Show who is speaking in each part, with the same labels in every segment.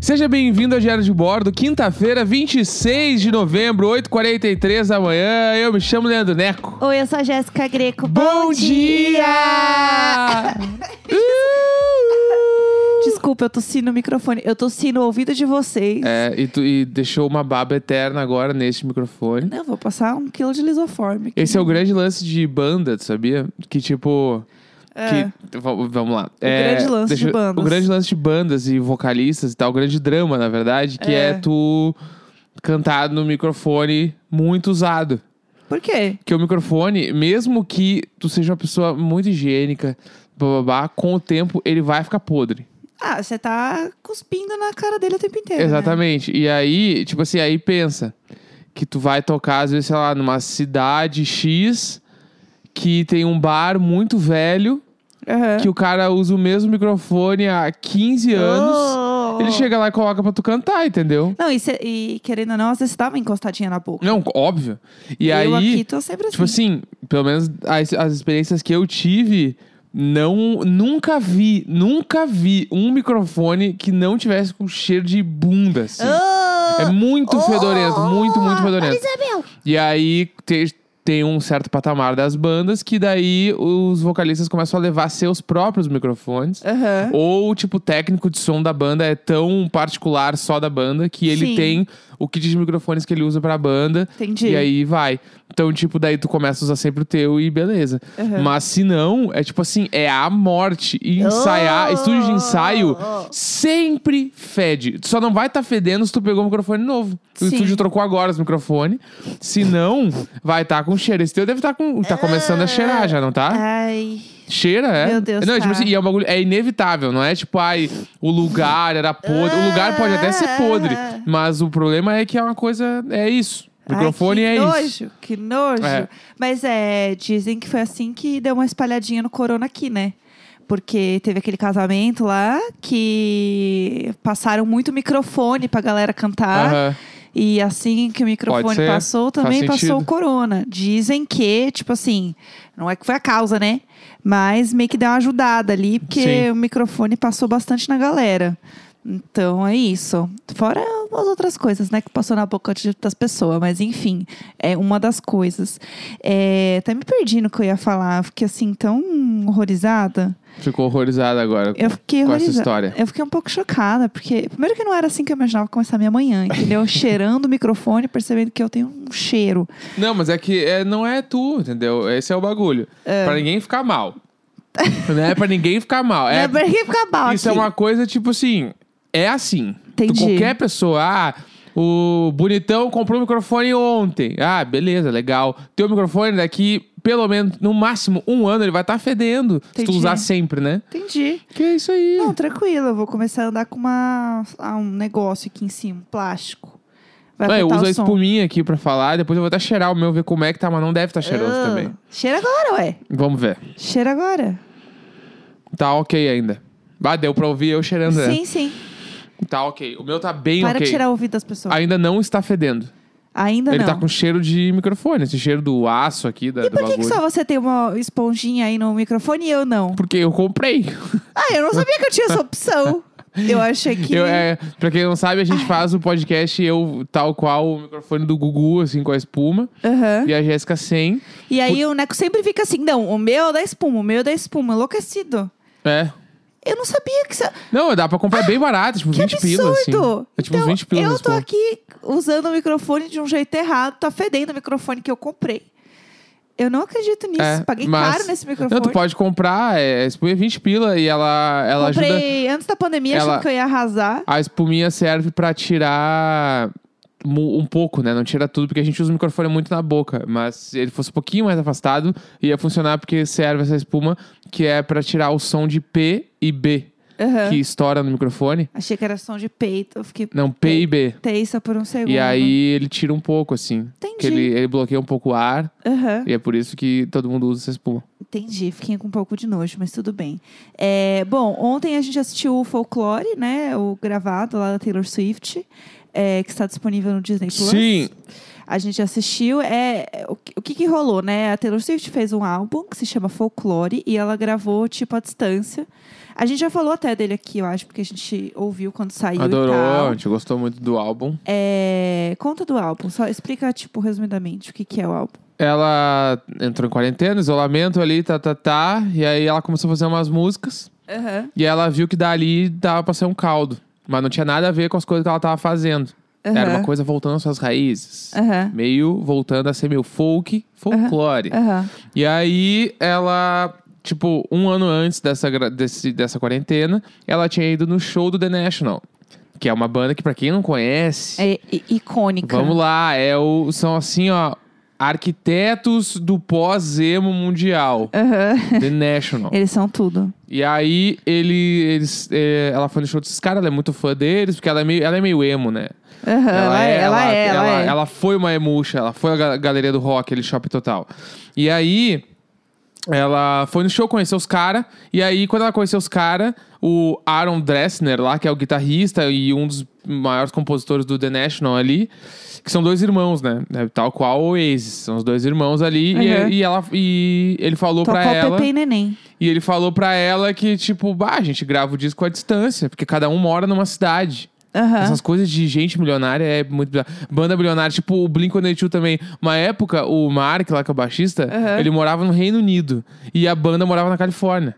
Speaker 1: Seja bem-vindo a Diário de Bordo, quinta-feira, 26 de novembro, 8h43 da manhã. Eu me chamo Leandro Neco.
Speaker 2: Oi, eu sou a Jéssica Greco.
Speaker 1: Bom dia! Uh!
Speaker 2: Desculpa, eu tossi no microfone. Eu tossi no ouvido de vocês.
Speaker 1: É, e, tu- e deixou uma baba eterna agora neste microfone.
Speaker 2: Não, eu vou passar um quilo de lisoforme. aqui.
Speaker 1: Esse é o grande lance de banda, tu sabia? Que tipo. que-
Speaker 2: É.
Speaker 1: v- vamos lá. O
Speaker 2: grande lance de bandas.
Speaker 1: O grande lance de bandas e vocalistas e tal, o grande drama, na verdade, que é,
Speaker 2: É.
Speaker 1: tu cantar no microfone muito usado.
Speaker 2: Por quê?
Speaker 1: Que o microfone, mesmo que tu seja uma pessoa muito higiênica, bababá, com o tempo ele vai ficar podre.
Speaker 2: Ah, você tá cuspindo na cara dele o tempo inteiro. né?
Speaker 1: Exatamente. E aí, tipo assim, aí pensa que tu vai tocar, às vezes, sei lá, numa cidade X que tem um bar muito velho,
Speaker 2: Aham.
Speaker 1: que o cara usa o mesmo microfone há 15 anos.
Speaker 2: Oh.
Speaker 1: Ele chega lá e coloca pra tu cantar, entendeu?
Speaker 2: Não, e, cê- e querendo ou não, às vezes você dá uma encostadinha na boca.
Speaker 1: Não, óbvio. E
Speaker 2: eu
Speaker 1: aí.
Speaker 2: aqui tô sempre assim.
Speaker 1: Tipo assim, pelo menos as, as experiências que eu tive, não, nunca vi, nunca vi um microfone que não tivesse com cheiro de bunda, assim.
Speaker 2: Ah!
Speaker 1: É muito
Speaker 2: Oh!
Speaker 1: fedorento, muito, muito fedorento.
Speaker 2: é
Speaker 1: E aí te- tem um certo patamar das bandas que daí os vocalistas começam a levar seus próprios microfones.
Speaker 2: Aham.
Speaker 1: Ou, tipo, o técnico de som da banda é tão particular só da banda que ele
Speaker 2: Sim.
Speaker 1: tem o kit de microfones que ele usa pra banda.
Speaker 2: Entendi.
Speaker 1: E aí vai. Então, tipo, daí tu começa a usar sempre o teu e beleza.
Speaker 2: Aham.
Speaker 1: Mas se não, é tipo assim, é a morte. E ensaiar,
Speaker 2: Oh!
Speaker 1: estúdio de ensaio, tá? sempre fede. Tu só não vai estar fedendo se tu pegou um microfone novo. O
Speaker 2: Sim.
Speaker 1: estúdio trocou agora os microfones. Se não, vai estar com cheiro. Esse teu deve estar com. Tá começando a cheirar já, não
Speaker 2: É.
Speaker 1: tá?
Speaker 2: Ai.
Speaker 1: Cheira, é?
Speaker 2: Meu Deus,
Speaker 1: Não, é tipo
Speaker 2: tá.
Speaker 1: assim, e é um bagulho, é inevitável, não é tipo, ai, o lugar era podre. o lugar pode até ser podre,
Speaker 2: Ah.
Speaker 1: mas o problema é que é uma coisa, é isso. O microfone é
Speaker 2: Ai, que
Speaker 1: isso.
Speaker 2: nojo, Que nojo.
Speaker 1: É.
Speaker 2: Mas é, dizem que foi assim que deu uma espalhadinha no corona aqui, né? Porque teve aquele casamento lá que passaram muito microfone pra galera cantar.
Speaker 1: Aham.
Speaker 2: E assim que o
Speaker 1: Pode
Speaker 2: microfone
Speaker 1: ser.
Speaker 2: passou,
Speaker 1: Faz
Speaker 2: também passou
Speaker 1: sentido.
Speaker 2: o corona. Dizem que, tipo assim, não é que foi a causa, né? Mas meio que deu uma ajudada ali, porque
Speaker 1: Sim.
Speaker 2: o microfone passou bastante na galera. Então é isso. Fora as outras coisas, né? Que passou na boca de- das pessoas. Mas enfim, é uma das coisas. É, até me perdi no que eu ia falar. eu Fiquei assim, tão horrorizada.
Speaker 1: Ficou horrorizado agora
Speaker 2: Eu fiquei
Speaker 1: com essa
Speaker 2: horrorizada.
Speaker 1: história.
Speaker 2: Eu fiquei um pouco chocada, porque primeiro que não era assim que eu imaginava começar a minha manhã, entendeu? Cheirando o microfone, percebendo que eu tenho um cheiro.
Speaker 1: Não, mas é que é, não é tu, entendeu? Esse é o bagulho.
Speaker 2: Ah.
Speaker 1: Pra ninguém ficar mal. não é pra ninguém ficar mal.
Speaker 2: É,
Speaker 1: É,
Speaker 2: pra que ficar bal
Speaker 1: isso é
Speaker 2: aqui?
Speaker 1: uma coisa, tipo assim, é assim. Tu-
Speaker 2: Entendi.
Speaker 1: qualquer pessoa, ah, o Bonitão comprou o microfone ontem. Ah, beleza, legal. Teu microfone daqui, pelo menos, no máximo um ano, ele vai estar fedendo. Se tu
Speaker 2: Entendi.
Speaker 1: usar sempre, né?
Speaker 2: Entendi.
Speaker 1: Que é isso aí.
Speaker 2: Não, tranquilo, eu vou começar a andar com uma, ah, um negócio aqui em cima, um plástico. Vai
Speaker 1: Ah, eu
Speaker 2: afetar
Speaker 1: uso
Speaker 2: o
Speaker 1: a
Speaker 2: som.
Speaker 1: espuminha aqui pra falar, depois eu vou até cheirar o meu, ver como é que tá, mas não deve estar cheiroso
Speaker 2: Ah,
Speaker 1: também.
Speaker 2: Cheira agora, ué.
Speaker 1: Vamos ver.
Speaker 2: Cheira agora.
Speaker 1: Tá ok ainda. Ah, deu pra ouvir eu cheirando, né?
Speaker 2: Sim, sim.
Speaker 1: Tá ok. O meu tá bem
Speaker 2: Para
Speaker 1: ok.
Speaker 2: de tirar o ouvido das pessoas.
Speaker 1: Ainda não está fedendo.
Speaker 2: Ainda
Speaker 1: Ele
Speaker 2: não.
Speaker 1: tá com cheiro de microfone, esse cheiro do aço aqui, da,
Speaker 2: E
Speaker 1: do
Speaker 2: por que,
Speaker 1: bagulho.
Speaker 2: que só você tem uma esponjinha aí no microfone e eu não?
Speaker 1: Porque eu comprei.
Speaker 2: Ah, eu não sabia que eu tinha essa opção. Eu achei que.
Speaker 1: Eu, é, pra quem não sabe, a
Speaker 2: Ah.
Speaker 1: gente faz o podcast eu, tal qual, o microfone do Gugu, assim, com a espuma.
Speaker 2: Aham.
Speaker 1: E a Jéssica sem.
Speaker 2: E aí o Neco sempre fica assim, não, o meu é da espuma, o meu é da espuma, enlouquecido.
Speaker 1: É.
Speaker 2: Eu não sabia que isso... é-
Speaker 1: Não, dá pra comprar bem barato, tipo
Speaker 2: Ah, Que
Speaker 1: 20 pila, assim.
Speaker 2: absurdo!
Speaker 1: É tipo
Speaker 2: então,
Speaker 1: uns 20 pila.
Speaker 2: eu
Speaker 1: essa
Speaker 2: tô
Speaker 1: porra.
Speaker 2: aqui usando o microfone de um jeito errado, tá fedendo o microfone que eu comprei. Eu não acredito nisso,
Speaker 1: É,
Speaker 2: paguei
Speaker 1: mas-
Speaker 2: caro nesse microfone.
Speaker 1: Não, tu pode comprar, é, a espuma é 20 pila e ela, ela ajuda.
Speaker 2: comprei antes da pandemia,
Speaker 1: Ela-
Speaker 2: achando que eu ia arrasar.
Speaker 1: A espuminha serve pra tirar mu- um pouco, né? Não tira tudo, porque a gente usa o microfone muito na boca. Mas se ele fosse um pouquinho mais afastado, ia funcionar porque serve essa espuma que é pra tirar o som de P e B,
Speaker 2: Aham.
Speaker 1: que estoura no microfone.
Speaker 2: Achei que era som de peito, eu fiquei
Speaker 1: Não, P e B.
Speaker 2: tensa por um segundo.
Speaker 1: E aí ele tira um pouco, assim. Que ele,
Speaker 2: Entendi,
Speaker 1: ele bloqueia um pouco o ar.
Speaker 2: Aham.
Speaker 1: E é por isso que todo mundo usa essa espuma.
Speaker 2: Entendi, fiquei com um pouco de nojo, mas tudo bem. É, bom, ontem a gente assistiu o Folklore, né? O gravado lá da Taylor Swift, é, que está disponível no Disney Plus.
Speaker 1: Sim.
Speaker 2: a gente assistiu. É, o que- o que, que rolou, né? A Taylor Swift fez um álbum que se chama Folklore e ela gravou, tipo, à distância. A gente já falou até dele aqui, eu acho, porque a gente ouviu quando saiu e
Speaker 1: Adorou, a
Speaker 2: tal.
Speaker 1: gente gostou muito do álbum.
Speaker 2: É, conta do álbum, só explica, tipo, resumidamente, o que, que é o álbum.
Speaker 1: Ela entrou em quarentena, isolamento ali, tá, tá, tá. E aí ela começou a fazer umas músicas.
Speaker 2: Aham,
Speaker 1: E ela viu que dali dava pra ser um caldo. Mas não tinha nada a ver com as coisas que ela tava fazendo. Era uma coisa voltando às suas raízes.
Speaker 2: Aham.
Speaker 1: Meio voltando a ser meio folk, folclore.
Speaker 2: Aham.
Speaker 1: E aí ela, tipo, um ano antes dessa, gra- desse- dessa quarentena, ela tinha ido no show do The National. Que é uma banda que, pra quem não conhece,
Speaker 2: É i- icônica.
Speaker 1: Vamos lá, é o, são assim, ó, arquitetos do pós-emo mundial,
Speaker 2: Aham.
Speaker 1: The National.
Speaker 2: Eles são tudo.
Speaker 1: E aí, ele, eles, eh, ela foi no show desses caras, ela é muito fã deles, porque ela é meio, ela é meio emo, né?
Speaker 2: Aham, Ela, é, ela, é, ela, é.
Speaker 1: ela foi uma emuxa, ela foi a ga- galeria do rock, ele shopping total. E aí, ela foi no show, conheceu os caras, e aí, quando ela conheceu os caras, o Aaron Dressner lá, que é o guitarrista e um dos maiores compositores do The National ali, que são dois irmãos, né? É, Tal qual o Oasis, são os dois irmãos ali, e-
Speaker 2: Uhum.
Speaker 1: e, ela, e ele falou
Speaker 2: Toca
Speaker 1: pra
Speaker 2: o
Speaker 1: ela...
Speaker 2: Pepe e Neném.
Speaker 1: E ele falou pra ela que, tipo, bah, a gente grava o disco à distância, porque cada um mora numa cidade.
Speaker 2: Aham.
Speaker 1: Essas coisas de gente milionária é muito bizarro. Banda milionária, tipo o Blink-182 também. Uma época, o Mark, lá que é o baixista,
Speaker 2: Aham.
Speaker 1: ele morava no Reino Unido. E a banda morava na Califórnia.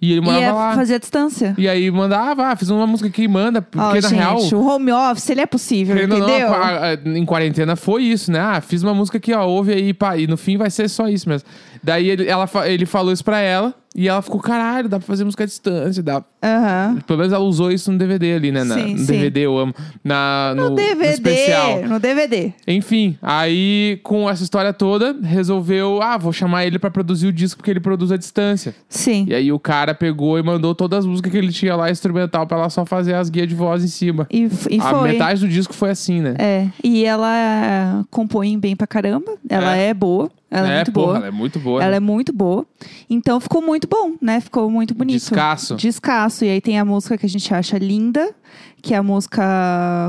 Speaker 1: E ele
Speaker 2: E
Speaker 1: morava
Speaker 2: é
Speaker 1: lá.
Speaker 2: fazer a distância.
Speaker 1: E aí mandava, ah, fiz uma música aqui, manda.
Speaker 2: Ó,
Speaker 1: Porque na
Speaker 2: gente,
Speaker 1: real...
Speaker 2: o home office, ele é possível,
Speaker 1: Querendo ou não,
Speaker 2: entendeu?
Speaker 1: a- a- em quarentena foi isso, né? Ah, fiz uma música aqui, ó, ouve aí, pá. E no fim vai ser só isso mesmo. Daí ele, ela, fa- ele falou isso pra ela e ela ficou, caralho, dá pra fazer música à distância, dá.
Speaker 2: Aham.
Speaker 1: Pelo menos ela usou isso no DVD ali, né? Na,
Speaker 2: Sim,
Speaker 1: no
Speaker 2: sim.
Speaker 1: DVD, eu amo. Na, no,
Speaker 2: No DVD.
Speaker 1: especial.
Speaker 2: No DVD.
Speaker 1: Enfim, aí com essa história toda, resolveu, ah, vou chamar ele pra produzir o disco porque ele produz à distância.
Speaker 2: Sim.
Speaker 1: E aí o cara pegou e mandou todas as músicas que ele tinha lá, instrumental, pra ela só fazer as guias de voz em cima.
Speaker 2: E, f- e
Speaker 1: A
Speaker 2: foi.
Speaker 1: metade do disco foi assim, né?
Speaker 2: É. E ela compõe bem pra caramba. Ela é, boa. Ela é, muito
Speaker 1: porra,
Speaker 2: boa.
Speaker 1: ela é muito boa.
Speaker 2: Ela é muito boa. Então ficou muito bom, né? Ficou muito bonito.
Speaker 1: Descasso.
Speaker 2: Descasso. E aí tem a música que a gente acha linda, que é a música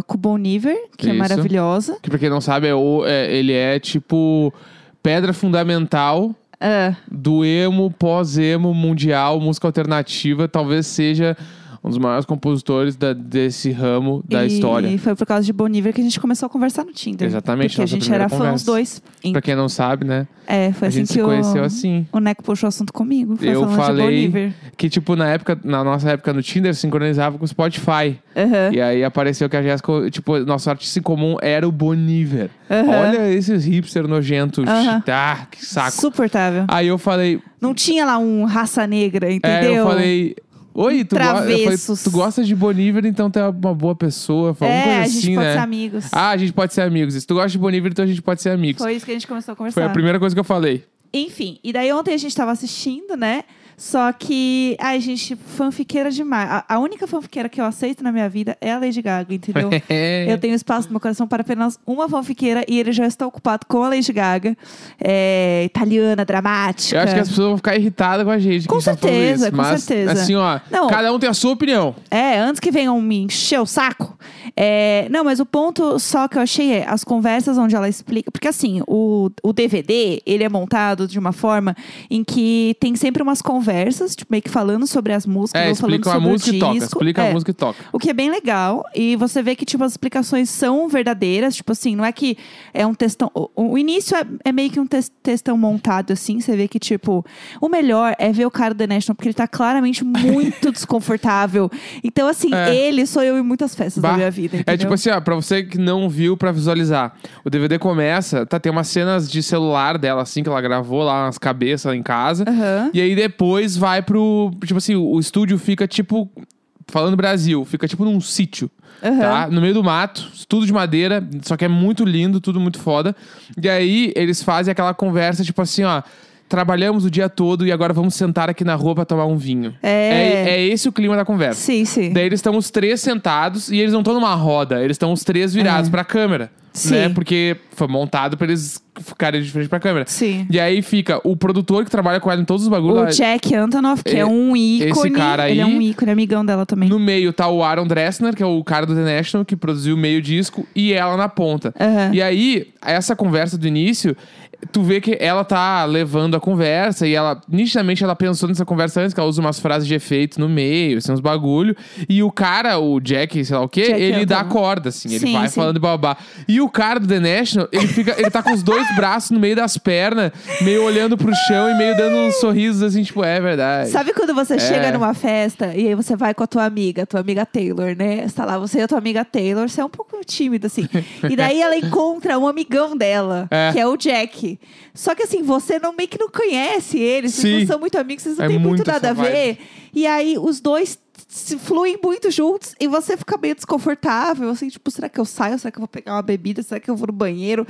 Speaker 2: Cubon Niver, que é
Speaker 1: Isso.
Speaker 2: maravilhosa.
Speaker 1: Que pra quem não sabe, é o- é- ele é tipo pedra fundamental
Speaker 2: É.
Speaker 1: do emo, pós-emo, mundial, música alternativa. Talvez seja um dos maiores compositores da- desse ramo da
Speaker 2: e
Speaker 1: história.
Speaker 2: foi por causa de Bon Iver que a gente começou a conversar no Tinder.
Speaker 1: Exatamente,
Speaker 2: Porque a
Speaker 1: nossa
Speaker 2: gente
Speaker 1: primeira
Speaker 2: era fã
Speaker 1: conversa.
Speaker 2: dos dois. E-
Speaker 1: Pra quem não sabe, né?
Speaker 2: É, foi
Speaker 1: a
Speaker 2: assim
Speaker 1: gente se
Speaker 2: que
Speaker 1: conheceu
Speaker 2: o,
Speaker 1: assim.
Speaker 2: o Neco puxou o assunto comigo. Foi
Speaker 1: Eu
Speaker 2: falando de Bon
Speaker 1: falei-
Speaker 2: Iver.
Speaker 1: Que, tipo, na época, na nossa época no Tinder, sincronizava com o Spotify.
Speaker 2: Aham.
Speaker 1: E aí apareceu que a Jéssica, tipo, nosso artista em comum era o Boniver.
Speaker 2: Aham.
Speaker 1: Olha esses hipster nojentos.
Speaker 2: Aham.
Speaker 1: Ah, que saco.
Speaker 2: Suportável.
Speaker 1: Aí eu falei,
Speaker 2: Não tinha lá um raça negra, entendeu?
Speaker 1: É, eu falei. Oi, tu, go- eu falei,
Speaker 2: Travessos.
Speaker 1: tu gosta de Bonívia, então tu é uma boa pessoa. Foi alguma
Speaker 2: é,
Speaker 1: coisa
Speaker 2: a gente
Speaker 1: assim,
Speaker 2: pode
Speaker 1: né?
Speaker 2: ser amigos.
Speaker 1: Ah, a gente pode ser amigos. Se tu gosta de Bonívia, então a gente pode ser amigos.
Speaker 2: Foi isso que a gente começou a
Speaker 1: Foi
Speaker 2: conversar.
Speaker 1: a primeira coisa que eu falei.
Speaker 2: Enfim, e daí ontem a gente tava assistindo, né? Só que, ai, gente, fanfiqueira demais. A, a única fanfiqueira que eu aceito na minha vida é a Lady Gaga, entendeu?
Speaker 1: É.
Speaker 2: Eu tenho espaço no meu coração para apenas uma fanfiqueira e ele já está ocupado com a Lady Gaga. É, italiana, dramática.
Speaker 1: Eu acho que as pessoas vão ficar irritadas com a gente. que
Speaker 2: Com
Speaker 1: a gente tá falando
Speaker 2: certeza,
Speaker 1: isso.
Speaker 2: com
Speaker 1: Mas,
Speaker 2: certeza.
Speaker 1: Assim, ó,
Speaker 2: Não.
Speaker 1: cada um tem a sua opinião.
Speaker 2: É, antes que venham me encher o saco. É, não, mas o ponto só que eu achei é as conversas onde ela explica. Porque assim, o, o DVD, ele é montado de uma forma em que tem sempre umas conversas, tipo, meio que falando sobre as músicas,
Speaker 1: É,
Speaker 2: ou falando
Speaker 1: explica a
Speaker 2: sobre
Speaker 1: música
Speaker 2: o
Speaker 1: e
Speaker 2: disco.
Speaker 1: toca. Explica
Speaker 2: É.
Speaker 1: a música e toca.
Speaker 2: O que é bem legal, e você vê que, tipo, as explicações são verdadeiras, tipo assim, não é que é um textão. O, o início é, é meio que um tes- textão montado, assim, você vê que, tipo, o melhor é ver o cara do The National, porque ele tá claramente muito desconfortável. Então, assim,
Speaker 1: É.
Speaker 2: ele sou eu em muitas festas
Speaker 1: Bah.
Speaker 2: da minha vida.
Speaker 1: É
Speaker 2: entendeu?
Speaker 1: tipo assim, ó, pra você que não viu pra visualizar. O DVD começa, tá, tem umas cenas de celular dela, assim, que ela gravou lá nas cabeças em casa.
Speaker 2: Aham.
Speaker 1: E aí depois vai pro. Tipo assim, o estúdio fica tipo. Falando Brasil, fica tipo num sítio,
Speaker 2: Aham.
Speaker 1: tá? No meio do mato, tudo de madeira, só que é muito lindo, tudo muito foda. E aí eles fazem aquela conversa, tipo assim, ó. trabalhamos o dia todo e agora vamos sentar aqui na rua pra tomar um vinho.
Speaker 2: É.
Speaker 1: é esse o clima da conversa.
Speaker 2: Sim, sim.
Speaker 1: Daí eles estão os três sentados e eles não estão numa roda, eles estão os três virados pra câmera.
Speaker 2: É. Sim.
Speaker 1: Né? Porque foi montado pra eles ficarem de frente pra câmera.
Speaker 2: Sim.
Speaker 1: E aí fica o produtor que trabalha com ela em todos os bagulhos.
Speaker 2: O
Speaker 1: lá-
Speaker 2: Jack Antonoff, que
Speaker 1: E-
Speaker 2: é um ícone.
Speaker 1: cara
Speaker 2: Ele é
Speaker 1: aí-
Speaker 2: um ícone, amigão dela também.
Speaker 1: No meio tá o Aaron Dressner, que é o cara do The National, que produziu meio disco, e ela na ponta.
Speaker 2: Aham.
Speaker 1: E aí, essa conversa do início, tu vê que ela tá levando a conversa e ela, nitidamente, ela pensou nessa conversa antes, que ela usa umas frases de efeito no meio, assim, uns bagulho. E o cara, o Jack, sei lá o quê,
Speaker 2: Jack
Speaker 1: ele dá
Speaker 2: Antonoff.
Speaker 1: corda, assim, ele
Speaker 2: Sim,
Speaker 1: vai
Speaker 2: sim.
Speaker 1: falando e babá. E o cara do The National, ele fica, ele tá com os dois braços no meio das pernas, meio olhando pro chão e meio dando uns sorrisos, assim, tipo, é verdade. É.
Speaker 2: Sabe quando você chega numa festa e aí você vai com a tua amiga, tua amiga Taylor, né? Está lá você e a tua amiga Taylor, você é um pouco tímida assim. E daí ela encontra um amigão dela,
Speaker 1: É.
Speaker 2: que é o Jack. Só que assim, você não meio que não conhece ele, vocês
Speaker 1: Sim.
Speaker 2: não são muito amigos, vocês não
Speaker 1: É
Speaker 2: têm muito,
Speaker 1: muito
Speaker 2: nada a
Speaker 1: essa
Speaker 2: ver. E aí os dois se fluem muito juntos e você fica meio desconfortável, assim, tipo, será que eu saio? Será que eu vou pegar uma bebida? Será que eu vou no banheiro?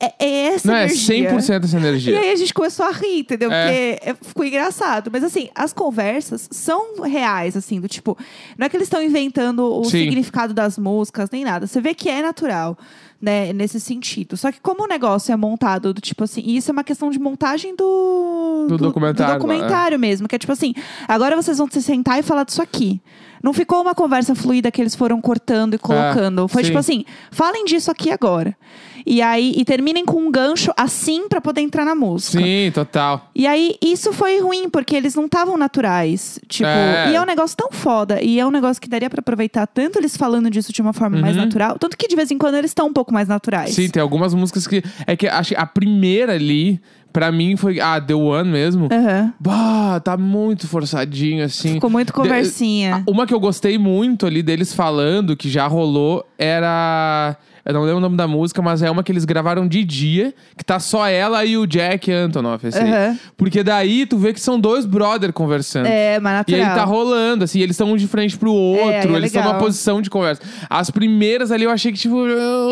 Speaker 2: É, é essa
Speaker 1: Não, é
Speaker 2: energia.
Speaker 1: 100% essa energia.
Speaker 2: E aí a gente começou a rir, entendeu?
Speaker 1: É.
Speaker 2: Porque é- ficou engraçado. Mas assim, as conversas são reais, assim, do tipo, não é que eles estão inventando o
Speaker 1: Sim.
Speaker 2: significado das músicas, nem nada. Você vê que é natural, né, nesse sentido. Só que como o negócio é montado do tipo assim, e isso é uma questão de montagem do,
Speaker 1: Do documentário,
Speaker 2: documentário mesmo, que é tipo assim, agora vocês vão se sentar e falar disso aqui. Não ficou uma conversa fluida que eles foram cortando e colocando. Foi
Speaker 1: É, sim.
Speaker 2: tipo assim, falem disso aqui agora. E aí, e terminem com um gancho assim pra poder entrar na música.
Speaker 1: Sim, total.
Speaker 2: E aí, isso foi ruim, porque eles não estavam naturais. Tipo,
Speaker 1: É.
Speaker 2: e é um negócio tão foda. E é um negócio que daria pra aproveitar tanto eles falando disso de uma forma mais natural, tanto que de vez em quando eles estão um pouco mais naturais.
Speaker 1: Uhum. Sim, tem algumas músicas que. É que acho que a primeira ali, pra mim, foi. Ah, The One mesmo.
Speaker 2: Aham.
Speaker 1: Bah, tá muito forçadinho, assim.
Speaker 2: É. Ficou muito conversinha.
Speaker 1: Uma que eu gostei muito ali deles falando, que já rolou, era. Eu não lembro o nome da música, mas é uma que eles gravaram de dia, que tá só ela e o Jack Antonoff, assim.
Speaker 2: Aham.
Speaker 1: Porque daí tu vê que são dois brother conversando.
Speaker 2: É, mas
Speaker 1: E
Speaker 2: natural.
Speaker 1: aí tá rolando, assim, eles estão um de frente pro outro,
Speaker 2: É, aí é
Speaker 1: eles estão
Speaker 2: legal.
Speaker 1: numa posição de conversa. As primeiras ali eu achei que, tipo,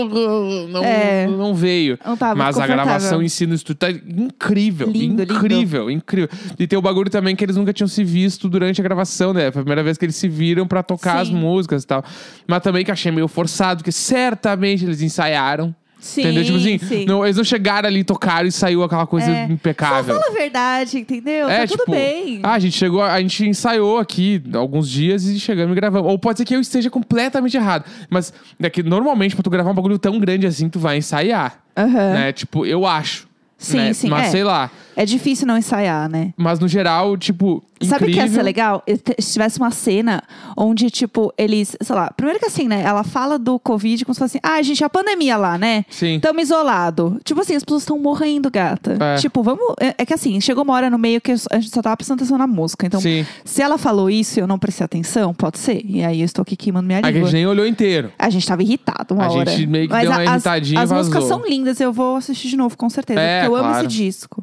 Speaker 1: não,
Speaker 2: É.
Speaker 1: não veio.
Speaker 2: Não tava muito
Speaker 1: Mas a
Speaker 2: confortável.
Speaker 1: gravação em si no estúdio tá incrível.
Speaker 2: Lindo, lindo.
Speaker 1: incrível, incrível. E tem o bagulho também que eles nunca tinham se visto durante a gravação, né? Foi a primeira vez que eles se viram pra tocar
Speaker 2: Sim.
Speaker 1: as músicas e tal. Mas também que achei meio forçado, porque certamente eles ensaiaram.
Speaker 2: Sim,
Speaker 1: entendeu? Tipo assim,
Speaker 2: sim.
Speaker 1: não- eles não chegaram ali, tocaram e saiu aquela coisa
Speaker 2: É.
Speaker 1: impecável.
Speaker 2: Só fala a verdade, entendeu? tá tudo bem.
Speaker 1: É, Ah, a gente chegou, a gente ensaiou aqui alguns dias e chegamos e gravamos. Ou pode ser que eu esteja completamente errado. Mas é que normalmente, pra tu gravar um bagulho tão grande assim, tu vai ensaiar.
Speaker 2: Aham.
Speaker 1: Né? Tipo, eu acho.
Speaker 2: É. Sim,
Speaker 1: né?
Speaker 2: sim,
Speaker 1: Mas
Speaker 2: é.
Speaker 1: sei lá.
Speaker 2: É difícil não ensaiar, né?
Speaker 1: Mas no geral, tipo.
Speaker 2: Sabe o que ia ser
Speaker 1: incrível.
Speaker 2: legal? E te- Se tivesse uma cena onde, tipo, eles, sei lá, primeiro que assim, né? Ela fala do Covid como se fosse assim, ah, gente, a pandemia lá, né?
Speaker 1: Sim.
Speaker 2: Tamo isolado. Tipo assim, as pessoas estão morrendo, gata.
Speaker 1: É.
Speaker 2: Tipo, vamos. É, é que assim, chegou uma hora no meio que a gente só tava prestando atenção na música. Então,
Speaker 1: Sim.
Speaker 2: se ela falou isso e eu não prestei atenção, pode ser. E aí eu estou aqui queimando minha
Speaker 1: A
Speaker 2: língua.
Speaker 1: gente nem olhou inteiro.
Speaker 2: A gente tava irritado uma
Speaker 1: A
Speaker 2: hora.
Speaker 1: gente meio que
Speaker 2: Mas
Speaker 1: deu uma
Speaker 2: a- as,
Speaker 1: irritadinha e
Speaker 2: As músicas
Speaker 1: vazou.
Speaker 2: são lindas, eu vou assistir de novo, com certeza.
Speaker 1: É,
Speaker 2: porque eu amo
Speaker 1: claro.
Speaker 2: esse disco.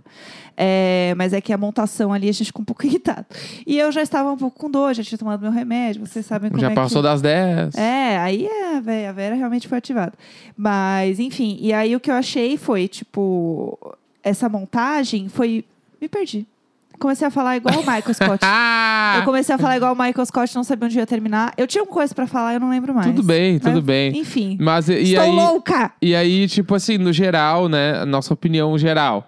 Speaker 2: É, mas é que a montação ali a gente ficou um pouco irritado. E eu já estava um pouco com dor, já tinha tomado meu remédio, vocês sabem como
Speaker 1: Já
Speaker 2: é
Speaker 1: passou
Speaker 2: que...
Speaker 1: das 10.
Speaker 2: É, aí é, a Vera, a Vera realmente foi ativada. Mas, enfim, e aí o que eu achei foi, tipo, essa montagem foi. Me perdi. Comecei a falar igual o Michael Scott.
Speaker 1: Ah!
Speaker 2: Eu comecei a falar igual o Michael Scott, não sabia onde eu ia terminar. Eu tinha alguma coisa pra falar, eu não lembro mais.
Speaker 1: Tudo bem, tudo
Speaker 2: Mas,
Speaker 1: bem.
Speaker 2: Enfim.
Speaker 1: Mas e, e
Speaker 2: Estou
Speaker 1: aí.
Speaker 2: louca!
Speaker 1: E aí, tipo assim, no geral, né? A nossa opinião geral.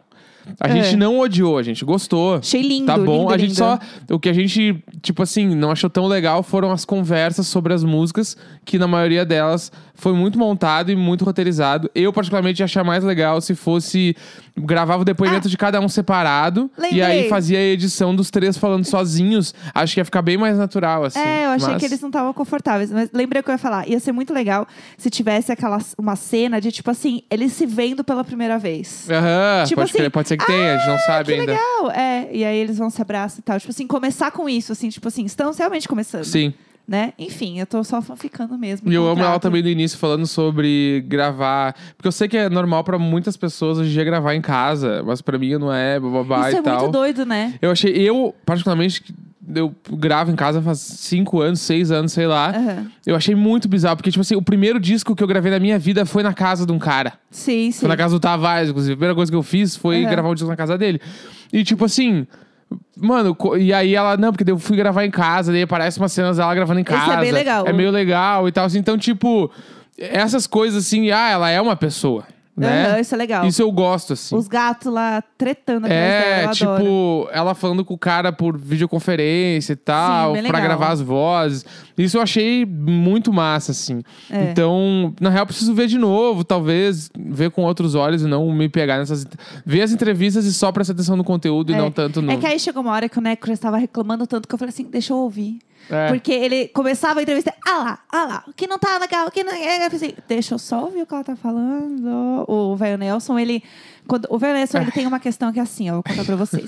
Speaker 1: A
Speaker 2: É.
Speaker 1: gente não odiou, a gente gostou.
Speaker 2: Achei lindo,
Speaker 1: Tá bom,
Speaker 2: lindo,
Speaker 1: a gente
Speaker 2: lindo.
Speaker 1: só. O que a gente, tipo assim, não achou tão legal foram as conversas sobre as músicas, que na maioria delas foi muito montado e muito roteirizado. Eu, particularmente, ia achar mais legal se fosse. Gravava o depoimento de cada um separado e aí
Speaker 2: Ah! Lembrei.
Speaker 1: fazia a edição dos três falando sozinhos. Acho que ia ficar bem mais natural, assim.
Speaker 2: É, eu achei
Speaker 1: Mas-
Speaker 2: que eles não estavam confortáveis. Mas lembrei o que eu ia falar. Ia ser muito legal se tivesse aquela, uma cena de, tipo assim, eles se vendo pela primeira vez.
Speaker 1: Aham,
Speaker 2: Tipo
Speaker 1: pode,
Speaker 2: assim,
Speaker 1: crer, pode ser que tenha, a gente não sabe
Speaker 2: que
Speaker 1: ainda.
Speaker 2: legal! É, e aí eles vão se abraçar e tal. Tipo assim, começar com isso, assim, tipo assim, estamos realmente começando,
Speaker 1: Sim.
Speaker 2: né? Enfim, eu tô só ficando mesmo.
Speaker 1: E eu amo
Speaker 2: contrato.
Speaker 1: ela também no início falando sobre gravar. Porque eu sei que é normal pra muitas pessoas hoje em dia gravar em casa, mas pra mim não é, bababá
Speaker 2: Isso
Speaker 1: e
Speaker 2: é
Speaker 1: tal.
Speaker 2: muito doido, né?
Speaker 1: Eu achei, eu, particularmente, eu gravo em casa faz cinco anos, seis anos, sei lá.
Speaker 2: Aham.
Speaker 1: Eu achei muito bizarro, porque, tipo assim, o primeiro disco que eu gravei na minha vida foi na casa de um cara.
Speaker 2: Sim, sim.
Speaker 1: Foi na casa do Tavares, inclusive. A primeira coisa que eu fiz foi
Speaker 2: Aham.
Speaker 1: gravar o disco na casa dele. E tipo assim. Mano, co- e aí ela, não, porque daí eu fui gravar em casa, daí aparece umas cenas dela gravando em
Speaker 2: é
Speaker 1: casa.
Speaker 2: bem legal.
Speaker 1: É meio legal e tal. assim. então, tipo, essas coisas assim, ah, ela é uma pessoa. Né?
Speaker 2: Aham, isso é legal.
Speaker 1: Isso eu gosto, assim.
Speaker 2: Os gatos lá tretando atrás dela,
Speaker 1: É,
Speaker 2: eu
Speaker 1: tipo,
Speaker 2: adoro.
Speaker 1: ela falando com o cara por videoconferência e tal,
Speaker 2: bem
Speaker 1: pra
Speaker 2: legal.
Speaker 1: gravar as vozes. Isso eu achei muito massa, assim.
Speaker 2: É.
Speaker 1: Então, na real, eu preciso ver de novo, talvez, ver com outros olhos e não me pegar nessas. Ver as entrevistas e só prestar atenção no conteúdo e
Speaker 2: É.
Speaker 1: não tanto no.
Speaker 2: É que aí chegou uma hora que o Necro estava reclamando tanto que eu falei assim, deixa eu ouvir.
Speaker 1: É.
Speaker 2: Porque ele começava a entrevista, ah lá, ah lá, o que não tá legal, o que não... é", Eu falei assim, deixa eu só ouvir o que ela tá falando. O velho Nelson, ele... Quando, o velho Nelson, ele tem uma questão que é assim, ó, eu vou contar pra vocês.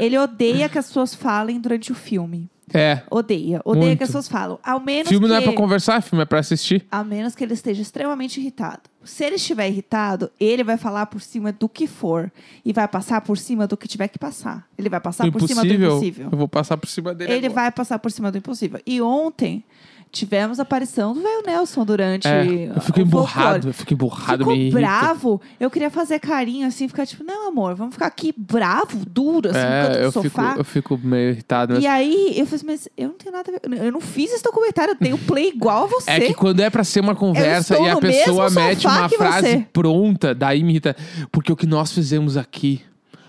Speaker 2: ele odeia que as pessoas falem durante o filme.
Speaker 1: É.
Speaker 2: Odeia. Odeia
Speaker 1: Muito.
Speaker 2: que as pessoas falam. Ao menos
Speaker 1: Filme
Speaker 2: tá que...
Speaker 1: não é pra conversar, filme é pra assistir.
Speaker 2: A menos que ele esteja extremamente irritado. Se ele estiver irritado, ele vai falar por cima do que for. E vai passar por cima do que tiver que passar. Ele vai passar por cima do impossível.
Speaker 1: Eu vou passar por cima dele.
Speaker 2: Ele
Speaker 1: agora.
Speaker 2: vai passar por cima do impossível. E ontem tivemos a aparição do velho Nelson durante.
Speaker 1: É, eu fico
Speaker 2: o
Speaker 1: emburrado,
Speaker 2: folclore.
Speaker 1: eu fico emburrado,
Speaker 2: Ficou
Speaker 1: me irrita.
Speaker 2: bravo. Eu queria fazer carinho assim, ficar tipo, não, amor, vamos ficar aqui bravo, duro, assim, no canto
Speaker 1: É,
Speaker 2: do
Speaker 1: eu fico,
Speaker 2: sofá.
Speaker 1: eu fico meio irritado. mas-
Speaker 2: E aí eu falei, assim, mas eu não tenho nada a ver. Eu não fiz esse documentário, eu tenho play igual a você.
Speaker 1: É que quando é pra ser uma conversa
Speaker 2: estou
Speaker 1: e a
Speaker 2: no
Speaker 1: pessoa
Speaker 2: mesmo
Speaker 1: mete
Speaker 2: sofá
Speaker 1: uma
Speaker 2: que
Speaker 1: frase
Speaker 2: você.
Speaker 1: pronta, daí me irrita. Porque o que nós fizemos aqui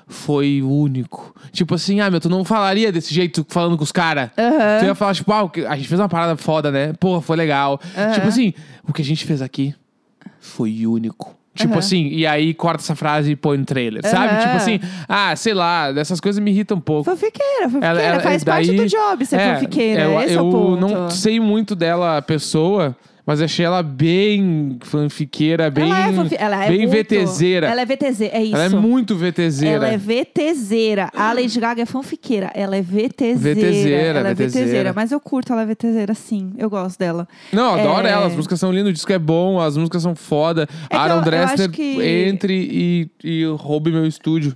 Speaker 1: foi único. Tipo assim, ah, meu, tu não falaria desse jeito falando com os caras.
Speaker 2: Aham.
Speaker 1: Tu ia falar, tipo, ah, o que- a gente fez uma parada foda, né? Porra, foi legal.
Speaker 2: Aham.
Speaker 1: Tipo assim, o que a gente fez aqui foi único. Tipo
Speaker 2: Aham.
Speaker 1: assim, e aí corta essa frase e põe no trailer, sabe?
Speaker 2: Aham.
Speaker 1: Tipo assim, ah, sei lá, essas coisas me irritam um pouco.
Speaker 2: Fanfiqueira, fanfiqueira.
Speaker 1: Ela- ela-
Speaker 2: faz
Speaker 1: daí-
Speaker 2: parte do job ser fanfiqueira.
Speaker 1: eu,
Speaker 2: Esse é
Speaker 1: eu
Speaker 2: o ponto.
Speaker 1: não sei muito dela, a pessoa, mas achei ela bem fanfiqueira, bem.
Speaker 2: ela é, fanfi... ela é
Speaker 1: bem
Speaker 2: muito...
Speaker 1: VTZera.
Speaker 2: Ela é VTZ, é isso.
Speaker 1: Ela é muito VTZera.
Speaker 2: Ela é VTZera. A Lady Gaga é fanfiqueira. Ela é VTZera.
Speaker 1: VTZera,
Speaker 2: Ela é
Speaker 1: VTZera.
Speaker 2: VTZera. Mas eu curto ela é VTZera, sim. Eu gosto dela.
Speaker 1: Não, eu adoro
Speaker 2: é-
Speaker 1: ela, as músicas são lindas, o disco é bom, as músicas são foda.
Speaker 2: É que eu-
Speaker 1: Aaron
Speaker 2: eu
Speaker 1: Dressler,
Speaker 2: acho que-
Speaker 1: entre e, e roube meu estúdio.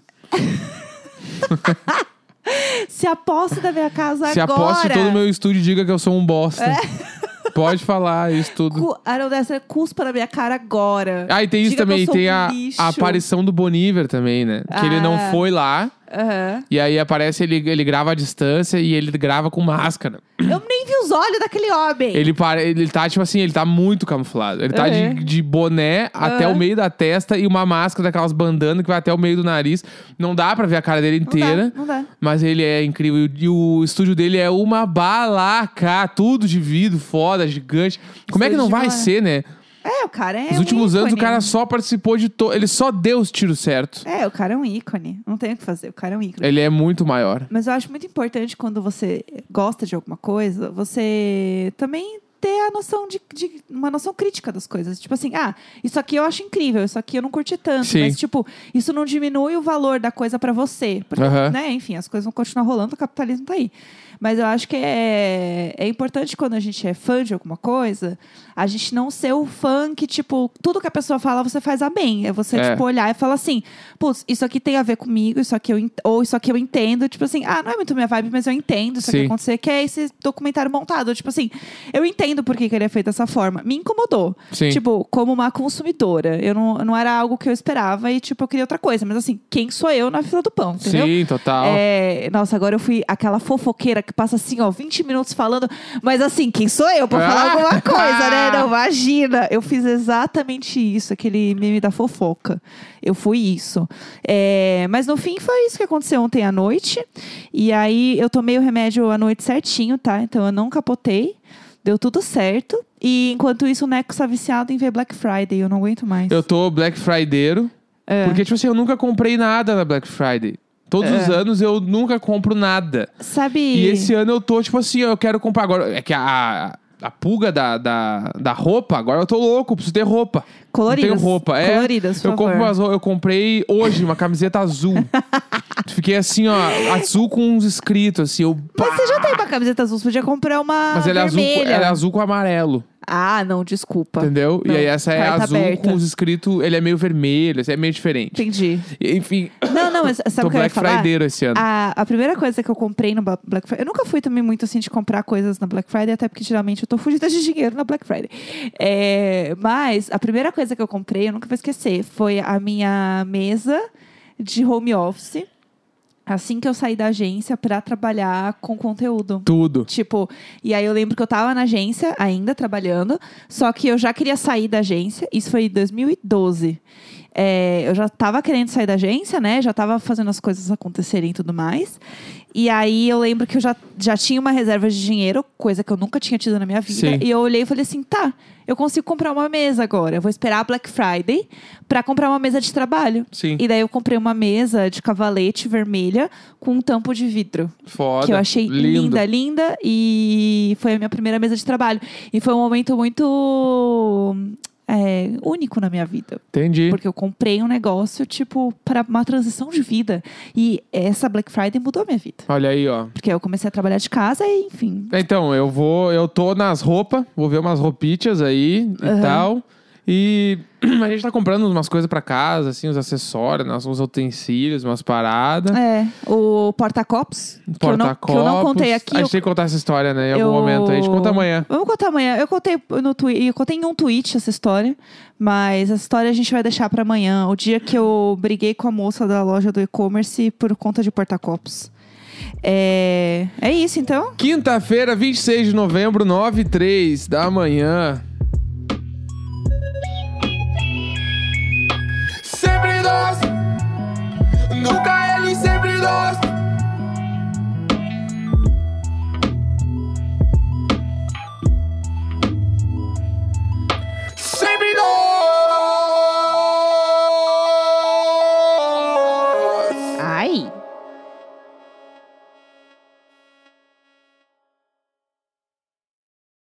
Speaker 2: Se a posse da minha casa
Speaker 1: Se
Speaker 2: agora...
Speaker 1: aposto todo meu estúdio, diga que eu sou um bosta. Pode falar isso tudo.
Speaker 2: É. Cu- Aaron Dessler, cuspa na minha cara agora.
Speaker 1: Ah, e tem isso
Speaker 2: Diga que
Speaker 1: também,
Speaker 2: eu sou
Speaker 1: tem
Speaker 2: um
Speaker 1: a,
Speaker 2: lixo.
Speaker 1: a aparição do Boniver também, né? Que ele não
Speaker 2: Ah.
Speaker 1: foi lá.
Speaker 2: Aham.
Speaker 1: E aí aparece, ele, ele grava à distância e ele grava com máscara.
Speaker 2: Eu nem vi os olhos daquele homem.
Speaker 1: Ele, pare... ele tá, tipo assim, ele tá muito camuflado. Ele tá
Speaker 2: Uhum.
Speaker 1: de, de boné até o
Speaker 2: Uhum.
Speaker 1: meio da testa e uma máscara daquelas bandanas que vai até o meio do nariz. Não dá pra ver a cara dele
Speaker 2: Não dá,
Speaker 1: inteira.
Speaker 2: Não dá.
Speaker 1: Mas ele é incrível. E o estúdio dele é uma balaca. Tudo de vidro, foda, gigante. Como é que
Speaker 2: Estúdio
Speaker 1: não
Speaker 2: de
Speaker 1: vai
Speaker 2: bala-
Speaker 1: ser, né?
Speaker 2: É, o cara é
Speaker 1: Nos
Speaker 2: um
Speaker 1: últimos anos o
Speaker 2: ícone.
Speaker 1: cara só participou de... To... Ele só deu os tiros certo.
Speaker 2: É, o cara é um ícone. Não tem o que fazer, o cara é um ícone.
Speaker 1: Ele é muito maior.
Speaker 2: Mas eu acho muito importante quando você gosta de alguma coisa, você também ter a noção de, de- uma noção crítica das coisas. Tipo assim, ah, isso aqui eu acho incrível, isso aqui eu não curti tanto,
Speaker 1: Sim.
Speaker 2: mas tipo, isso não diminui o valor da coisa pra você, porque,
Speaker 1: Aham.
Speaker 2: né, enfim, as coisas vão continuar rolando, o capitalismo tá aí. Mas eu acho que é, é importante quando a gente é fã de alguma coisa, a gente não ser o fã que, tipo, tudo que a pessoa fala, você faz a bem. É você,
Speaker 1: É.
Speaker 2: tipo, olhar e falar assim, putz, isso aqui tem a ver comigo, isso aqui eu en- ou isso aqui eu entendo. Tipo assim, ah, não é muito minha vibe, mas eu entendo isso
Speaker 1: Sim.
Speaker 2: aqui acontecer, que é esse documentário montado. Tipo assim, eu entendo por que, que ele é feito dessa forma. Me incomodou.
Speaker 1: Sim.
Speaker 2: Tipo, como uma consumidora. Eu não, não era algo que eu esperava e, tipo, eu queria outra coisa. Mas assim, quem sou eu na fila do pão, entendeu?
Speaker 1: Sim, total.
Speaker 2: É, nossa, agora eu fui aquela fofoqueira que passa assim, ó, 20 minutos falando, mas assim, quem sou eu pra falar
Speaker 1: Ah!
Speaker 2: alguma coisa, né? Não, imagina. Eu fiz exatamente isso, aquele meme da fofoca. Eu fui isso. É, mas no fim foi isso que aconteceu ontem à noite. E aí eu tomei o remédio à noite certinho, tá? Então eu não capotei. Deu tudo certo. E enquanto isso, o Neco está viciado em ver Black Friday. Eu não aguento mais.
Speaker 1: Eu tô Black Frideiro.
Speaker 2: É.
Speaker 1: Porque, tipo assim, eu nunca comprei nada na Black Friday. Todos
Speaker 2: É.
Speaker 1: os anos eu nunca compro nada.
Speaker 2: Sabe.
Speaker 1: E esse ano eu tô, tipo assim, eu quero comprar agora. É que a, a pulga da, da, da roupa, agora eu tô louco, preciso ter roupa.
Speaker 2: Coloridas.
Speaker 1: Não tenho roupa. É,
Speaker 2: Coloridas, por
Speaker 1: eu, compro
Speaker 2: favor.
Speaker 1: umas roupas- eu comprei hoje uma camiseta azul. Fiquei assim, ó, azul com uns escritos, assim. Eu,
Speaker 2: Mas você já tem uma camiseta azul, você podia comprar uma
Speaker 1: Mas ela é, azul,
Speaker 2: vermelha.
Speaker 1: ela é azul com amarelo.
Speaker 2: Ah, não, desculpa.
Speaker 1: Entendeu?
Speaker 2: Não,
Speaker 1: E aí essa é
Speaker 2: carta
Speaker 1: azul
Speaker 2: aberta.
Speaker 1: com os escritos, ele é meio vermelho, assim, é meio diferente.
Speaker 2: Entendi.
Speaker 1: E, Enfim,
Speaker 2: Não, não, mas sabe
Speaker 1: tô
Speaker 2: o que eu ia
Speaker 1: Black
Speaker 2: falar?
Speaker 1: Friday esse ano.
Speaker 2: A, a primeira coisa que eu comprei no Ba- Black Friday. Eu nunca fui também muito assim de comprar coisas na Black Friday, até porque geralmente eu tô fugida de dinheiro na Black Friday. É, mas a primeira coisa que eu comprei, eu nunca vou esquecer, foi a minha mesa de home office. Assim que eu saí da agência pra trabalhar com conteúdo.
Speaker 1: Tudo.
Speaker 2: Tipo, e aí eu lembro que eu tava na agência ainda trabalhando, só que eu já queria sair da agência, isso foi em 2012. É, eu já tava querendo sair da agência, né? Já tava fazendo as coisas acontecerem e tudo mais. E aí eu lembro que eu já, já tinha uma reserva de dinheiro, coisa que eu nunca tinha tido na minha vida.
Speaker 1: Sim.
Speaker 2: E eu olhei e falei assim: tá, eu consigo comprar uma mesa agora. Eu vou esperar a Black Friday pra comprar uma mesa de trabalho.
Speaker 1: Sim.
Speaker 2: E daí eu comprei uma mesa de cavalete vermelha com um tampo de vidro.
Speaker 1: Foda.
Speaker 2: Que eu achei
Speaker 1: Lindo.
Speaker 2: linda, linda. E foi a minha primeira mesa de trabalho. E foi um momento muito é, único na minha vida.
Speaker 1: Entendi.
Speaker 2: Porque eu comprei um negócio, tipo, para uma transição de vida. E essa Black Friday mudou a minha vida.
Speaker 1: Olha aí, ó.
Speaker 2: Porque eu comecei a trabalhar de casa e, enfim.
Speaker 1: Então, eu vou, eu tô nas roupas, vou ver umas roupitas aí e
Speaker 2: Aham.
Speaker 1: tal. E a gente tá comprando umas coisas pra casa, assim, uns acessórios, nós- uns utensílios, umas paradas.
Speaker 2: É, o porta-copos. que eu não- Que eu não
Speaker 1: Porta-copos.
Speaker 2: contei aqui.
Speaker 1: A
Speaker 2: eu-
Speaker 1: gente tem que contar essa história, né? Em algum
Speaker 2: eu-
Speaker 1: momento aí. A gente conta amanhã.
Speaker 2: Vamos contar amanhã. Eu contei no tweet, eu contei em um tweet essa história, mas essa história a gente vai deixar pra amanhã, o dia que eu briguei com a moça da loja do e-commerce por conta de porta-copos. É, é isso então?
Speaker 1: Quinta-feira, 26 de novembro, 9 e 3 da manhã. Sempre nós, nunca